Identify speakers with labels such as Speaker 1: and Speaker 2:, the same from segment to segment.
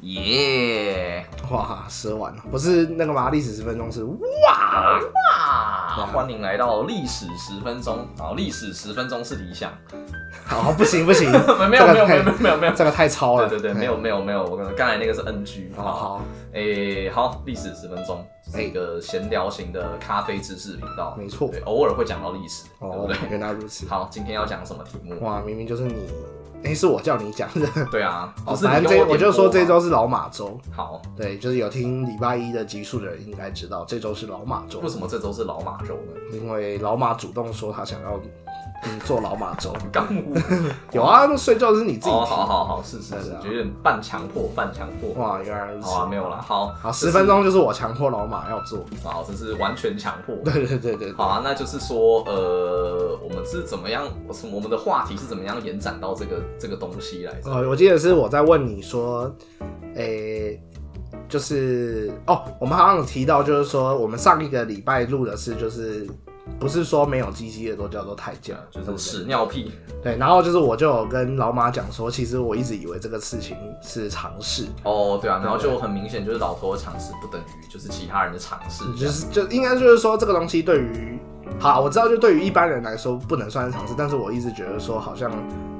Speaker 1: 耶、
Speaker 2: 哇，蛇丸不是那个嘛，历史十分钟是哇，
Speaker 1: 啊哇！欢迎来到历史十分钟。好，历史十分钟是理想，
Speaker 2: 好不行不行，
Speaker 1: 没有
Speaker 2: 这
Speaker 1: 没有没
Speaker 2: 个太
Speaker 1: 有没有 没有没有。
Speaker 2: 这个太超
Speaker 1: 对
Speaker 2: 了，
Speaker 1: 对对，
Speaker 2: 哎
Speaker 1: 没有，没有没有，我刚才那个是 NG。
Speaker 2: 好好，
Speaker 1: 诶、好，历史十分钟是一个闲聊型的咖啡知识频道，
Speaker 2: 没错
Speaker 1: 对，，偶尔会讲到历史，对不
Speaker 2: 哦
Speaker 1: 对？，
Speaker 2: 原来如此，
Speaker 1: 好，今天要讲什么题目？
Speaker 2: 哇，明明就是你，哎，是我叫你讲 的，
Speaker 1: 对啊，不是
Speaker 2: 反
Speaker 1: 你
Speaker 2: 正
Speaker 1: 跟
Speaker 2: 这
Speaker 1: 我
Speaker 2: 我
Speaker 1: 点
Speaker 2: 就说
Speaker 1: 播
Speaker 2: 这
Speaker 1: 吗
Speaker 2: 周是老马周，
Speaker 1: 好。
Speaker 2: 对，就是有听礼拜一的集数的人应该知道，这周是老马周
Speaker 1: 为，什么这周是老马周 呢？
Speaker 2: 因为老马主动说他想要嗯做老马 周，
Speaker 1: 刚五
Speaker 2: 有啊，那睡觉是你自己
Speaker 1: 哦，
Speaker 2: 提，
Speaker 1: 好好好，是是
Speaker 2: 对
Speaker 1: 是
Speaker 2: 啊，
Speaker 1: 有点半强迫，半强迫。
Speaker 2: 哇，原来如此
Speaker 1: 好，啊，没有啦，好，
Speaker 2: 好，十分钟就是我强迫老马要做，
Speaker 1: 好，这是完全强迫。
Speaker 2: 对对对对，
Speaker 1: 好啊，那就是说，呃，我们是怎么样，什么我们的话题是怎么样延展到这个这个东西来着？
Speaker 2: 呃，我记得是我在问你说，诶、就是哦，我们好像有提到，就是说我们上一个礼拜录的是，就是不是说没有鸡鸡的都叫做太监，
Speaker 1: 啊嗯就是屎尿屁，
Speaker 2: 对。然后就是我就有跟老马讲说，其实我一直以为这个事情是尝试，
Speaker 1: 哦，对啊，然后就很明显就是老头的尝试不等于就是其他人的尝试，这
Speaker 2: 就
Speaker 1: 样嗯
Speaker 2: 是就应该就是说这个东西对于。好，我知道，就对于一般人来说不能算是尝试，但是我一直觉得说，好像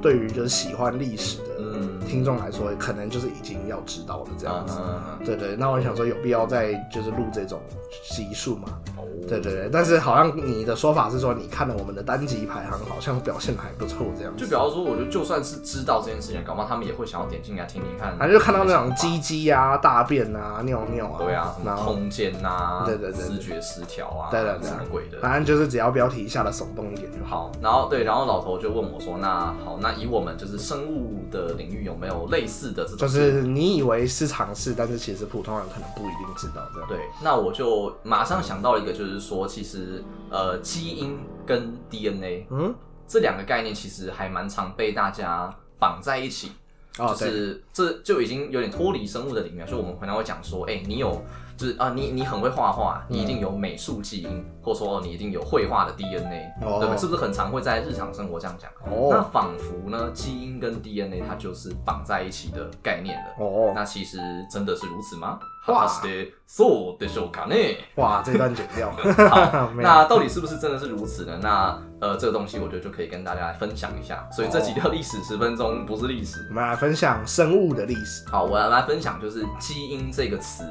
Speaker 2: 对于就是喜欢历史的
Speaker 1: 嗯，
Speaker 2: 听众来说，可能就是已经要知道了这样子。
Speaker 1: 嗯，
Speaker 2: 对对，那我想说有必要再就是录这种集数嘛？
Speaker 1: 哦
Speaker 2: 对对对，但是好像你的说法是说你看了我们的单集排行，好像表现得还不错这样
Speaker 1: 就
Speaker 2: 子
Speaker 1: 比，方说，我觉得就算是知道这件事情，搞不好他们也会想要点进来听听看，
Speaker 2: 反正就看到那种鸡鸡啊、大便啊、尿尿啊，
Speaker 1: 对啊，什
Speaker 2: 然
Speaker 1: 么
Speaker 2: 后
Speaker 1: 空间呐，
Speaker 2: 对对对对
Speaker 1: 视觉失调啊，
Speaker 2: 对对对
Speaker 1: 什么鬼的。
Speaker 2: 反正就是只要标题下的耸动一点就好。
Speaker 1: 好，然后对，然后老头就问我说：“那好，那以我们就是生物的领域有没有类似的这种？”
Speaker 2: 就是你以为是尝试，但是其实普通人可能不一定知道这样。
Speaker 1: 对，那我就马上想到一个，就是说，其实呃，基因跟 DNA
Speaker 2: 嗯，
Speaker 1: 这两个概念其实还蛮常被大家绑在一起，
Speaker 2: 哦
Speaker 1: 就
Speaker 2: 对，
Speaker 1: 是这就已经有点脱离生物的领域了。所以我们回来会讲说，哎、你有就是啊、你你很会画画，你一
Speaker 2: 嗯
Speaker 1: 定有美术基因，或者说你一定有绘画的 DNA，、
Speaker 2: 哦
Speaker 1: 对吧？是不是很常会在日常生活这样讲？
Speaker 2: 哦
Speaker 1: 那仿佛呢，基因跟 DNA 它就是绑在一起的概念了。
Speaker 2: 哦，
Speaker 1: 那其实真的是如此吗？
Speaker 2: 哇
Speaker 1: 果是そうでしょうかね。
Speaker 2: 哇，这段剪掉。
Speaker 1: 好
Speaker 2: 没有
Speaker 1: 那到底是不是真的是如此呢？那呃，这个东西我觉得就可以跟大家来分享一下。所以这集叫历史十分钟，不是历史。
Speaker 2: 我们来分享生物的历史
Speaker 1: 好，我来来分享就是基因这个词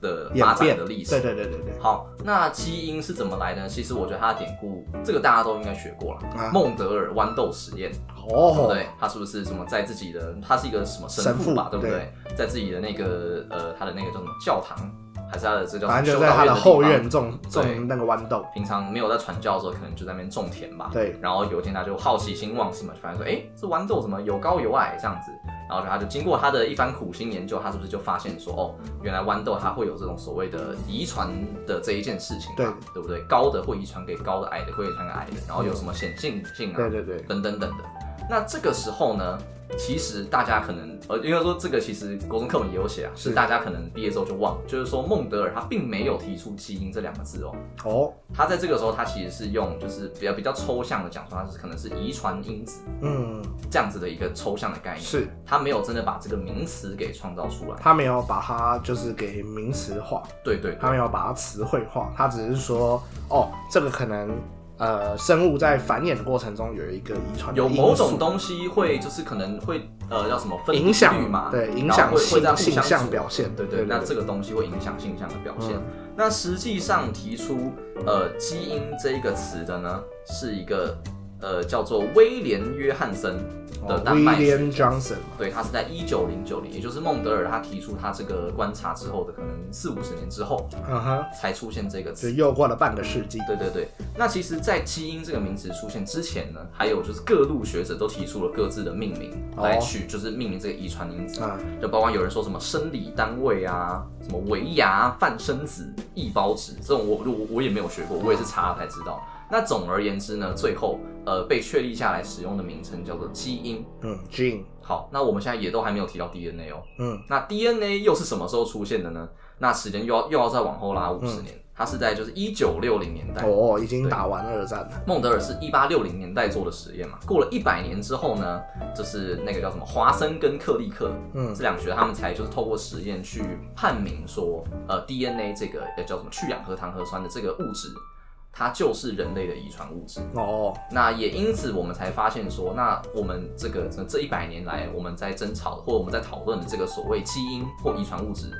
Speaker 1: 的
Speaker 2: 演
Speaker 1: 发展
Speaker 2: 变
Speaker 1: 的历史。
Speaker 2: 对对对对对，
Speaker 1: 好，那基因是怎么来呢？其实我觉得它的典故，这个大家都应该学过
Speaker 2: 啊
Speaker 1: 了。孟德尔豌豆实验，对不
Speaker 2: 哦，
Speaker 1: 对？他是不是什么在自己的，他是一个什么神
Speaker 2: 神
Speaker 1: 父
Speaker 2: 父
Speaker 1: 吧，对不对？在自己的那个呃，他的那个叫什么教堂，还是他的这叫什么
Speaker 2: 反正
Speaker 1: 修
Speaker 2: 就在
Speaker 1: 道
Speaker 2: 他
Speaker 1: 院
Speaker 2: 的
Speaker 1: 地
Speaker 2: 后
Speaker 1: 方
Speaker 2: 院种
Speaker 1: 对
Speaker 2: 种那个豌豆。
Speaker 1: 平常没有在传教的时候，可能就在那边种田吧。
Speaker 2: 对。
Speaker 1: 然后有一天他就好奇心旺盛嘛，就发现说，哎，这豌豆怎么有高有矮这样子？然后他就经过他的一番苦心研究，他是不是就发现说，哦，原来豌豆它会有这种所谓的遗传的这一件事情嘛，
Speaker 2: 对
Speaker 1: 对不对？高的会遗传给高的，矮的会遗传给矮的，然后有什么显性性啊，
Speaker 2: 对对对，
Speaker 1: 等等等的。那这个时候呢，其实大家可能呃，应该说这个其实国中课本也有写啊，
Speaker 2: 是
Speaker 1: 是大家可能毕业之后就忘了，就是说孟德尔他并没有提出基因这两个字哦。
Speaker 2: 哦，
Speaker 1: 他在这个时候，他其实是用就是比较比较抽象的讲说，他是可能是遗传因子
Speaker 2: 嗯，
Speaker 1: 这样子的一个抽象的概念，
Speaker 2: 是
Speaker 1: 他没有真的把这个名词给创造出来。
Speaker 2: 他没有把它就是给名词化，
Speaker 1: 对对对
Speaker 2: 他没有把它词汇化，他只是说，哦，这个可能呃，生物在繁衍的过程中有一个遗传的
Speaker 1: 有某
Speaker 2: 因素
Speaker 1: 种东西会就是可能会呃叫什么分
Speaker 2: 影响
Speaker 1: 率嘛，
Speaker 2: 对，影
Speaker 1: 然后
Speaker 2: 响
Speaker 1: 会会在
Speaker 2: 性
Speaker 1: 互
Speaker 2: 性
Speaker 1: 相
Speaker 2: 向
Speaker 1: 阻
Speaker 2: 表现，
Speaker 1: 对对，那这个东西会影响性向的表现。
Speaker 2: 嗯
Speaker 1: 那实际上提出呃基因这一个词的呢，是一个呃叫做威廉约翰森的
Speaker 2: 哦
Speaker 1: 丹麦学
Speaker 2: William Johnson 嘛
Speaker 1: 对，他是在一九零九年，也就是孟德尔他提出他这个观察之后的可能四五十年之后
Speaker 2: 嗯哼，
Speaker 1: 才出现这个
Speaker 2: 就
Speaker 1: 词。
Speaker 2: 又过了半个世纪，
Speaker 1: 对对对，那其实，在基因这个名词出现之前呢，还有就是各路学者都提出了各自的命名
Speaker 2: 哦
Speaker 1: 来取，就是命名这个遗传因子，
Speaker 2: 啊，
Speaker 1: 就包括有人说什么生理单位啊，什么维牙、泛生子、异胞质这种我，我我也没有学过，我也是查了才知道。那总而言之呢，最后呃被确立下来使用的名称叫做基因。
Speaker 2: 嗯，Gene，
Speaker 1: 好，那我们现在也都还没有提到 DNA 哦。
Speaker 2: 嗯，
Speaker 1: 那 DNA 又是什么时候出现的呢？那时间又要又要再往后拉五十年。它是在就是一九六零年代，
Speaker 2: 哦，已经打完二战了，
Speaker 1: 孟德尔是一八六零年代做的实验嘛，过了一百年之后呢，就是那个叫什么华生跟克利克，
Speaker 2: 嗯
Speaker 1: 这两个学他们才就是透过实验去判明说，呃，DNA 这个呃叫什么去氧核糖核酸的这个物质，它就是人类的遗传物质。
Speaker 2: 哦，
Speaker 1: 那也因此我们才发现说，那我们这个这这一百年来我们在争吵或我们在讨论的这个所谓基因或遗传物质，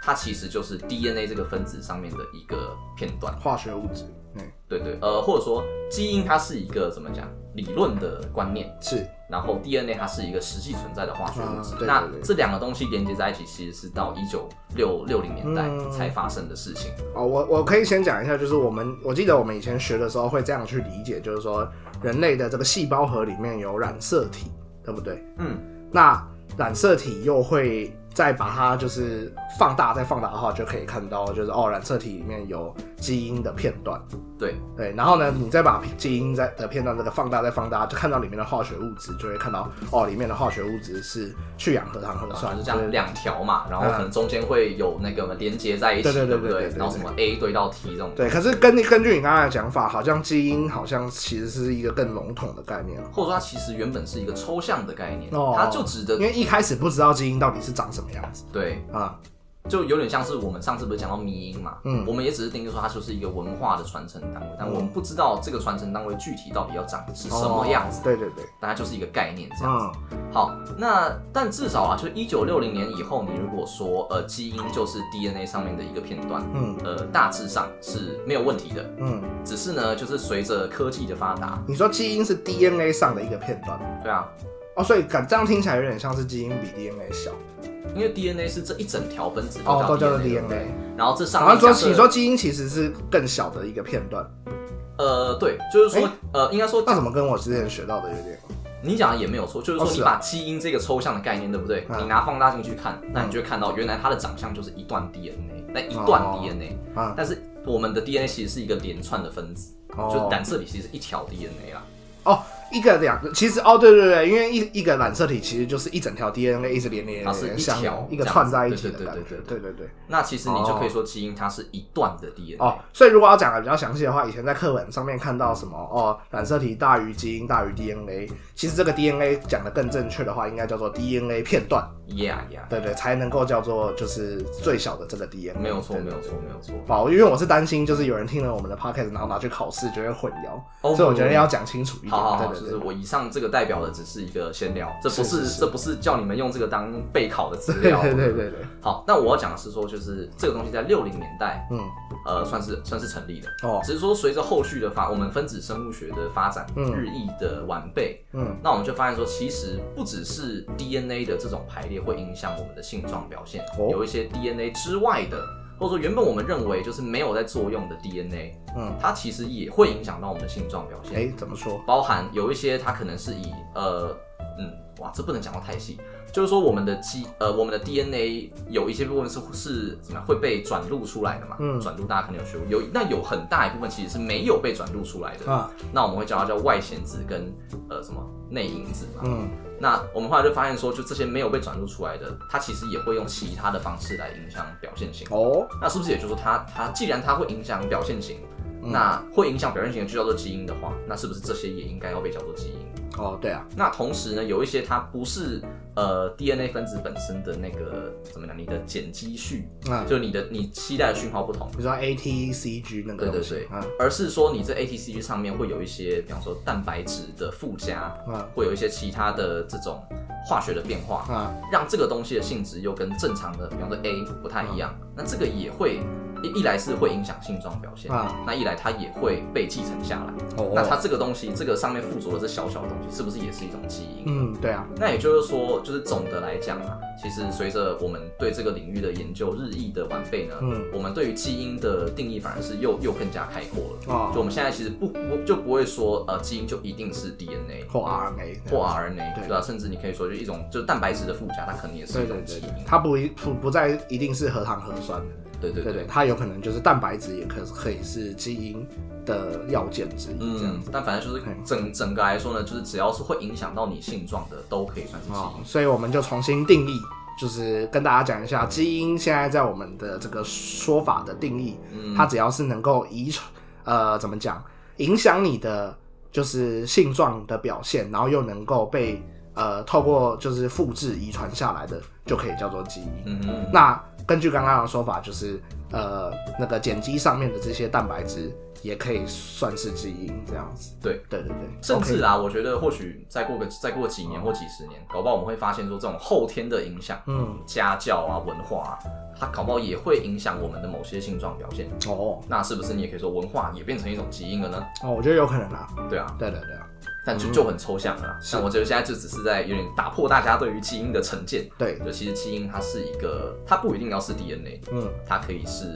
Speaker 1: 它其实就是 DNA 这个分子上面的一个片段。
Speaker 2: 化学物质，嗯，
Speaker 1: 对对，呃，或者说基因它是一个怎么讲理论的观念，
Speaker 2: 是，
Speaker 1: 然后 DNA 它是一个实际存在的化学物质。
Speaker 2: 嗯啊对
Speaker 1: 那
Speaker 2: 对对
Speaker 1: 这两个东西连接在一起，其实是到一九六六零年代
Speaker 2: 嗯
Speaker 1: 才发生的事情。
Speaker 2: 哦，我我可以先讲一下，就是我们我记得我们以前学的时候会这样去理解，就是说人类的这个细胞核里面有染色体，对不对？
Speaker 1: 嗯，
Speaker 2: 那染色体又会再把它就是放大再放大的话，就可以看到就是哦，染色体里面有基因的片段，
Speaker 1: 对，
Speaker 2: 对，然后呢，你再把基因在的片段这个放大再放大，就看到里面的化学物质，就会看到哦，里面的化学物质是去氧核糖核
Speaker 1: 然后
Speaker 2: 酸，
Speaker 1: 呃哦就是这样
Speaker 2: 对嗯
Speaker 1: 两条嘛，然后可能中间会有那个连接在一起，
Speaker 2: 对对对
Speaker 1: 不
Speaker 2: 对对对对
Speaker 1: 然后什么 A 对到 T 这种，
Speaker 2: 对，可是根据根据你刚才的讲法，好像基因好像其实是一个更笼统的概念哦
Speaker 1: 或者说它其实原本是一个抽象的概念，
Speaker 2: 哦
Speaker 1: 它就指的
Speaker 2: 因为一开始不知道基因到底是长什么样子
Speaker 1: 对，
Speaker 2: 啊，
Speaker 1: 就有点像是我们上次不是讲到迷因嘛，
Speaker 2: 嗯
Speaker 1: 我们也只是定义说它就是一个文化的传承单位，但我们不知道这个传承单位具体到底要长的是什么样子，
Speaker 2: 哦对对对，
Speaker 1: 但它就是一个概念这样子。
Speaker 2: 嗯，
Speaker 1: 好，那但至少啊，就一九六零年以后，你如果说呃基因就是 DNA 上面的一个片段，
Speaker 2: 嗯
Speaker 1: 呃大致上是没有问题的，
Speaker 2: 嗯，
Speaker 1: 只是呢就是随着科技的发达，
Speaker 2: 你说基因是 DNA 上的一个片段
Speaker 1: 对啊，
Speaker 2: 哦，所以感这样听起来有点像是基因比 DNA 小
Speaker 1: 因为 DNA 是这一整条分子
Speaker 2: 哦，都
Speaker 1: 叫
Speaker 2: 叫做
Speaker 1: DNA，对
Speaker 2: DNA。
Speaker 1: 不对然呃后这上
Speaker 2: 好
Speaker 1: 面
Speaker 2: 像说
Speaker 1: 假设
Speaker 2: 你说基因其实是更小的一个片段，
Speaker 1: 呃对，就是说
Speaker 2: 哎
Speaker 1: 呃应该说
Speaker 2: 那怎么跟我之前学到的有点？
Speaker 1: 你讲的也没有错，就是说
Speaker 2: 哦
Speaker 1: 你
Speaker 2: 是啊
Speaker 1: 把基因这个抽象的概念，对不对？
Speaker 2: 嗯
Speaker 1: 你拿放大镜去看，那你就会看到原来它的长相就是一段 DNA，那一段
Speaker 2: 哦
Speaker 1: DNA，、
Speaker 2: 嗯
Speaker 1: 但是我们的 DNA 其实是一个连串的分子，
Speaker 2: 哦
Speaker 1: 就是染色体其实是一条 DNA 啦。
Speaker 2: 哦，一个两个，其实哦，对对对，因为一一个染色体其实就是一整条 DNA 一直连连
Speaker 1: 它啊是
Speaker 2: 连连
Speaker 1: 一
Speaker 2: 相
Speaker 1: 条
Speaker 2: 一
Speaker 1: 这
Speaker 2: 个
Speaker 1: 样
Speaker 2: 串
Speaker 1: 子
Speaker 2: 在一
Speaker 1: 对
Speaker 2: 起
Speaker 1: 对
Speaker 2: 的
Speaker 1: 对
Speaker 2: 感
Speaker 1: 对
Speaker 2: 觉，
Speaker 1: 对
Speaker 2: 对对对。
Speaker 1: 那其实你就
Speaker 2: 哦
Speaker 1: 可以说基因它是一段的 DNA，、
Speaker 2: 哦，所以如果要讲的比较详细的话，以前在课本上面看到什么哦，染色体大于基因大于 DNA，其实这个 DNA 讲的更正确的话，应该叫做 DNA 片段，
Speaker 1: yeah yeah，
Speaker 2: 对对，才能够叫做就是最小的这个 DNA。
Speaker 1: 没有错
Speaker 2: 对
Speaker 1: 没
Speaker 2: 对
Speaker 1: 有错没有错。
Speaker 2: 哦，因为我是担心，就是有人听了我们的 podcast，然后拿去考试就会混淆，
Speaker 1: 哦
Speaker 2: 所以我觉得要讲清楚一点。
Speaker 1: 好好好，
Speaker 2: 对
Speaker 1: 就
Speaker 2: 对
Speaker 1: 是
Speaker 2: 对，
Speaker 1: 我以上这个代表的只是一个闲聊，这不
Speaker 2: 是
Speaker 1: 是
Speaker 2: 是是
Speaker 1: 这不是叫你们用这个当备考的资
Speaker 2: 对
Speaker 1: 料。
Speaker 2: 对对对对，
Speaker 1: 好，那我要讲的是说，就是这个东西在六零年代
Speaker 2: 嗯，
Speaker 1: 呃，算是算是成立的。
Speaker 2: 哦，
Speaker 1: 只是说，随着后续的发，我们分子生物学的发展
Speaker 2: 嗯
Speaker 1: 日益的完备，
Speaker 2: 嗯，
Speaker 1: 那我们就发现说，其实不只是 DNA 的这种排列会影响我们的性状表现，
Speaker 2: 哦
Speaker 1: 有一些 DNA 之外的，或者说原本我们认为就是没有在作用的 DNA，
Speaker 2: 嗯，
Speaker 1: 它其实也会影响到我们的性状表现。
Speaker 2: 哎，怎么说？
Speaker 1: 包含有一些它可能是以呃嗯哇，这不能讲到太细，就是说我们的基呃我们的 DNA 有一些部分是是怎么样会被转录出来的嘛？
Speaker 2: 嗯
Speaker 1: 转录大家可能有学过，有那有很大一部分其实是没有被转录出来的。
Speaker 2: 啊，
Speaker 1: 那我们会叫它叫外显子跟呃什么内隐子嘛。
Speaker 2: 嗯，
Speaker 1: 那我们后来就发现说，就这些没有被转录出来的，它其实也会用其他的方式来影响表现型。
Speaker 2: 哦，
Speaker 1: 那是不是也就是说它，它既然它会影响表现型，那会影响表现型的就叫做基因的话，那是不是这些也应该要被叫做基因？
Speaker 2: 哦，对啊，
Speaker 1: 那同时呢，有一些它不是呃 DNA 分子本身的那个怎么讲，你的碱基序，
Speaker 2: 嗯，
Speaker 1: 就你的你期待的讯号不同，
Speaker 2: 你说 ATCG 那个
Speaker 1: 对对
Speaker 2: 东西，
Speaker 1: 对
Speaker 2: 嗯
Speaker 1: 而是说你这 ATCG 上面会有一些，比方说蛋白质的附加，
Speaker 2: 嗯
Speaker 1: 会有一些其他的这种化学的变化，
Speaker 2: 嗯，
Speaker 1: 让这个东西的性质又跟正常的，比方说 A 不太一样，那这个也会一一来是会影响性状表现，
Speaker 2: 啊
Speaker 1: 那一来它也会被继承下来。
Speaker 2: 哦，
Speaker 1: 那它这个东西，这个上面附着的这小小的东西，是不是也是一种基因？
Speaker 2: 嗯，对啊，
Speaker 1: 那也就是说，就是总的来讲啊，其实随着我们对这个领域的研究日益的完备呢，
Speaker 2: 嗯
Speaker 1: 我们对于基因的定义反而是又又更加开阔了。
Speaker 2: 哦
Speaker 1: 就我们现在其实不不就不会说呃基因就一定是 DNA
Speaker 2: 或 RNA
Speaker 1: 或 RNA，
Speaker 2: 对啊
Speaker 1: 对吧、甚至你可以说就一种就是蛋白质的附加，它可能也是
Speaker 2: 对
Speaker 1: 一
Speaker 2: 对
Speaker 1: 种
Speaker 2: 对
Speaker 1: 基因。
Speaker 2: 对，它不一不不再一定是核糖核酸，
Speaker 1: 对对对
Speaker 2: 对对，它有可能就是蛋白质也可可以是基因的要件之一，这样
Speaker 1: 嗯
Speaker 2: 子。，
Speaker 1: 但反正就是整整个来说呢，就是只要是会影响到你性状的，都可以算是基
Speaker 2: 哦，
Speaker 1: 因。
Speaker 2: 所以我们就重新定义就是跟大家讲一
Speaker 1: 嗯
Speaker 2: 下，基因现在在我们的这个说法的定义，
Speaker 1: 嗯
Speaker 2: 它只要是能够遗传，呃，怎么讲，影响你的就是性状的表现，然后又能够被
Speaker 1: 嗯
Speaker 2: 呃透过就是复制遗传下来的，就可以叫做基因。
Speaker 1: 嗯哼，
Speaker 2: 那根据刚刚的说法，就是呃那个碱基上面的这些蛋白质也可以算是基因这样子。
Speaker 1: 对
Speaker 2: 对对对，
Speaker 1: 甚
Speaker 2: OK
Speaker 1: 至啊我觉得或许再过个再过几年或几十年，搞不好我们会发现说这种后天的影响，
Speaker 2: 嗯
Speaker 1: 家教啊、文化啊，它搞不好也会影响我们的某些性状表现。
Speaker 2: 哦
Speaker 1: 那是不是你也可以说文化也变成一种基因了呢？
Speaker 2: 哦，我觉得有可能啊。
Speaker 1: 对啊，
Speaker 2: 对对对啊
Speaker 1: 但就就很抽象了啦。
Speaker 2: 是
Speaker 1: 但我觉得现在就只是在有点打破大家对于基因的成见。
Speaker 2: 对，
Speaker 1: 就其实基因它是一个，它不一定要是 DNA，
Speaker 2: 嗯
Speaker 1: 它可以是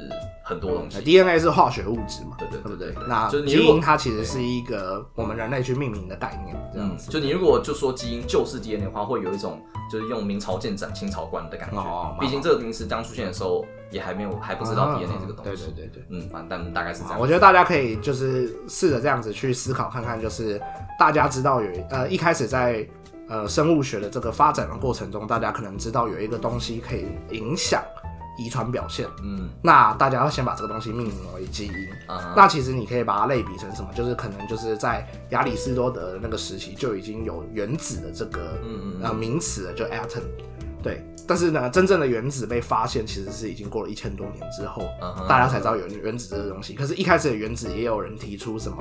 Speaker 1: 很多东西。
Speaker 2: ，DNA 是化学物质嘛，
Speaker 1: 对对对
Speaker 2: 对不对
Speaker 1: 对？
Speaker 2: 那
Speaker 1: 就是你
Speaker 2: 基
Speaker 1: 如果
Speaker 2: 因它其实是一个我们人类去命名的概念，这样
Speaker 1: 嗯，
Speaker 2: 子。
Speaker 1: 就你如果就说基因就是 DNA 的话，会有一种就是用明朝建斩、清朝关的感
Speaker 2: 哦
Speaker 1: 觉。毕竟这个名词刚出现的时候，也还没有还不知道
Speaker 2: 啊
Speaker 1: DNA 这个东西。
Speaker 2: 对对对对。
Speaker 1: 嗯，反正大概是这样。
Speaker 2: 我觉得大家可以就是试着这样子去思考看看，就是大家知道有呃一开始在呃生物学的这个发展的过程中，大家可能知道有一个东西可以影响遗传表现，
Speaker 1: 嗯
Speaker 2: 那大家要先把这个东西命名为基因。
Speaker 1: 啊
Speaker 2: 那其实你可以把它类比成什么？就是可能就是在亚里士多德的那个时期就已经有原子的这个
Speaker 1: 嗯嗯
Speaker 2: 呃名词了，就 atom。对，但是呢，真正的原子被发现其实是已经过了一千多年之后，
Speaker 1: 嗯哼
Speaker 2: 大家才知道有原子这个东西。可是，一开始的原子也有人提出什么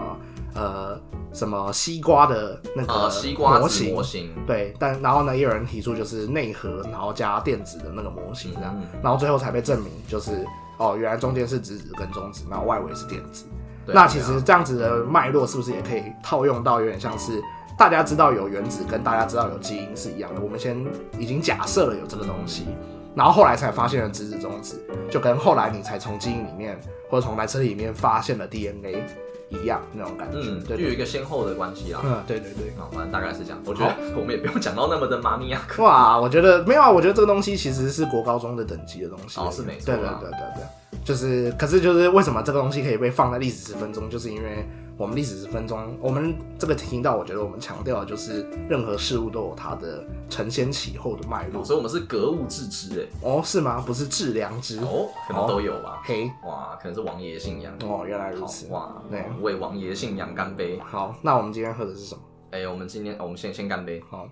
Speaker 2: 呃什么西瓜的那个
Speaker 1: 呃，西瓜
Speaker 2: 模
Speaker 1: 子
Speaker 2: 型
Speaker 1: 模，型，
Speaker 2: 对，但然后呢，也有人提出就是内核，然后加电子的那个模型这
Speaker 1: 嗯
Speaker 2: 样，然后最后才被证明就是哦，原来中间是质子跟中子，然后外围是电子。
Speaker 1: 对
Speaker 2: 那其实这样子的脉络是不是也可以套用到有点像是大家知道有原子跟大家知道有基因是一样的？我们先已经假设了有这个东西，然后后来才发现了质子中子，就跟后来你才从基因里面或者从染色体里面发现了 DNA 一样那种感觉。
Speaker 1: 嗯，就
Speaker 2: 对
Speaker 1: 有
Speaker 2: 对，
Speaker 1: 一个先后的关系啦。
Speaker 2: 嗯，对对对。
Speaker 1: 啊，反正大概是这样。我觉得我们也不用讲到那么的妈咪啊。
Speaker 2: 哇，我觉得没有啊，我觉得这个东西其实是国高中的等级的东西。
Speaker 1: 哦是没错
Speaker 2: 对对
Speaker 1: 啦
Speaker 2: 对对对，就是，可是就是为什么这个东西可以被放在历史十分钟，就是因为我们历史十分钟，我们这个频道，我觉得我们强调的就是任何事物都有它的承先启后的脉络。
Speaker 1: 所以我们是格物致知哎、
Speaker 2: 哦，是吗？不是致良知。
Speaker 1: 哦，可能都有吧。
Speaker 2: 嘿，
Speaker 1: 哇，可能是王爷信仰。
Speaker 2: 哦，原来如此。
Speaker 1: 哇，
Speaker 2: 对
Speaker 1: 为王爷信仰干杯！
Speaker 2: 好，那我们今天喝的是什么？
Speaker 1: 哎、我们今天，哦我们先先干杯。
Speaker 2: 好，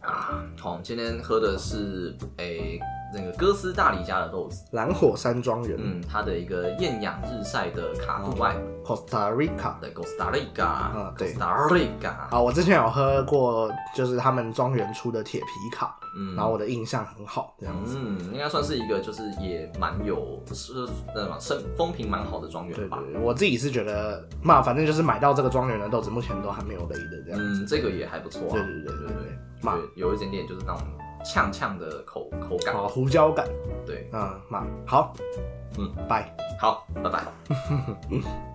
Speaker 1: 好，我们今天喝的是哎、那个哥斯达黎加的豆子，
Speaker 2: 蓝火山庄园、
Speaker 1: 嗯，它的一个艳阳日晒的卡杜外
Speaker 2: c o s t a Rica。
Speaker 1: 的 Costa Rica，啊
Speaker 2: 对
Speaker 1: ，Costa Rica，
Speaker 2: 啊，我之前有喝过，就是他们庄园出的铁皮卡，
Speaker 1: 嗯
Speaker 2: 然后我的印象很好，这样子。
Speaker 1: 嗯，应该算是一个就是也蛮有是那什么生风评蛮好的庄
Speaker 2: 对
Speaker 1: 园吧。
Speaker 2: 对对，我自己是觉得，嘛，反正就是买到这个庄园的豆子，目前都还没有雷的这样。
Speaker 1: 嗯，这个也还不错啊。
Speaker 2: 对对对对对，嘛，
Speaker 1: 对，有一点点就是那种呛呛的口口感。
Speaker 2: 好胡椒感，
Speaker 1: 对，
Speaker 2: 嗯，嘛，好，
Speaker 1: 嗯，
Speaker 2: 拜。
Speaker 1: 好，拜拜。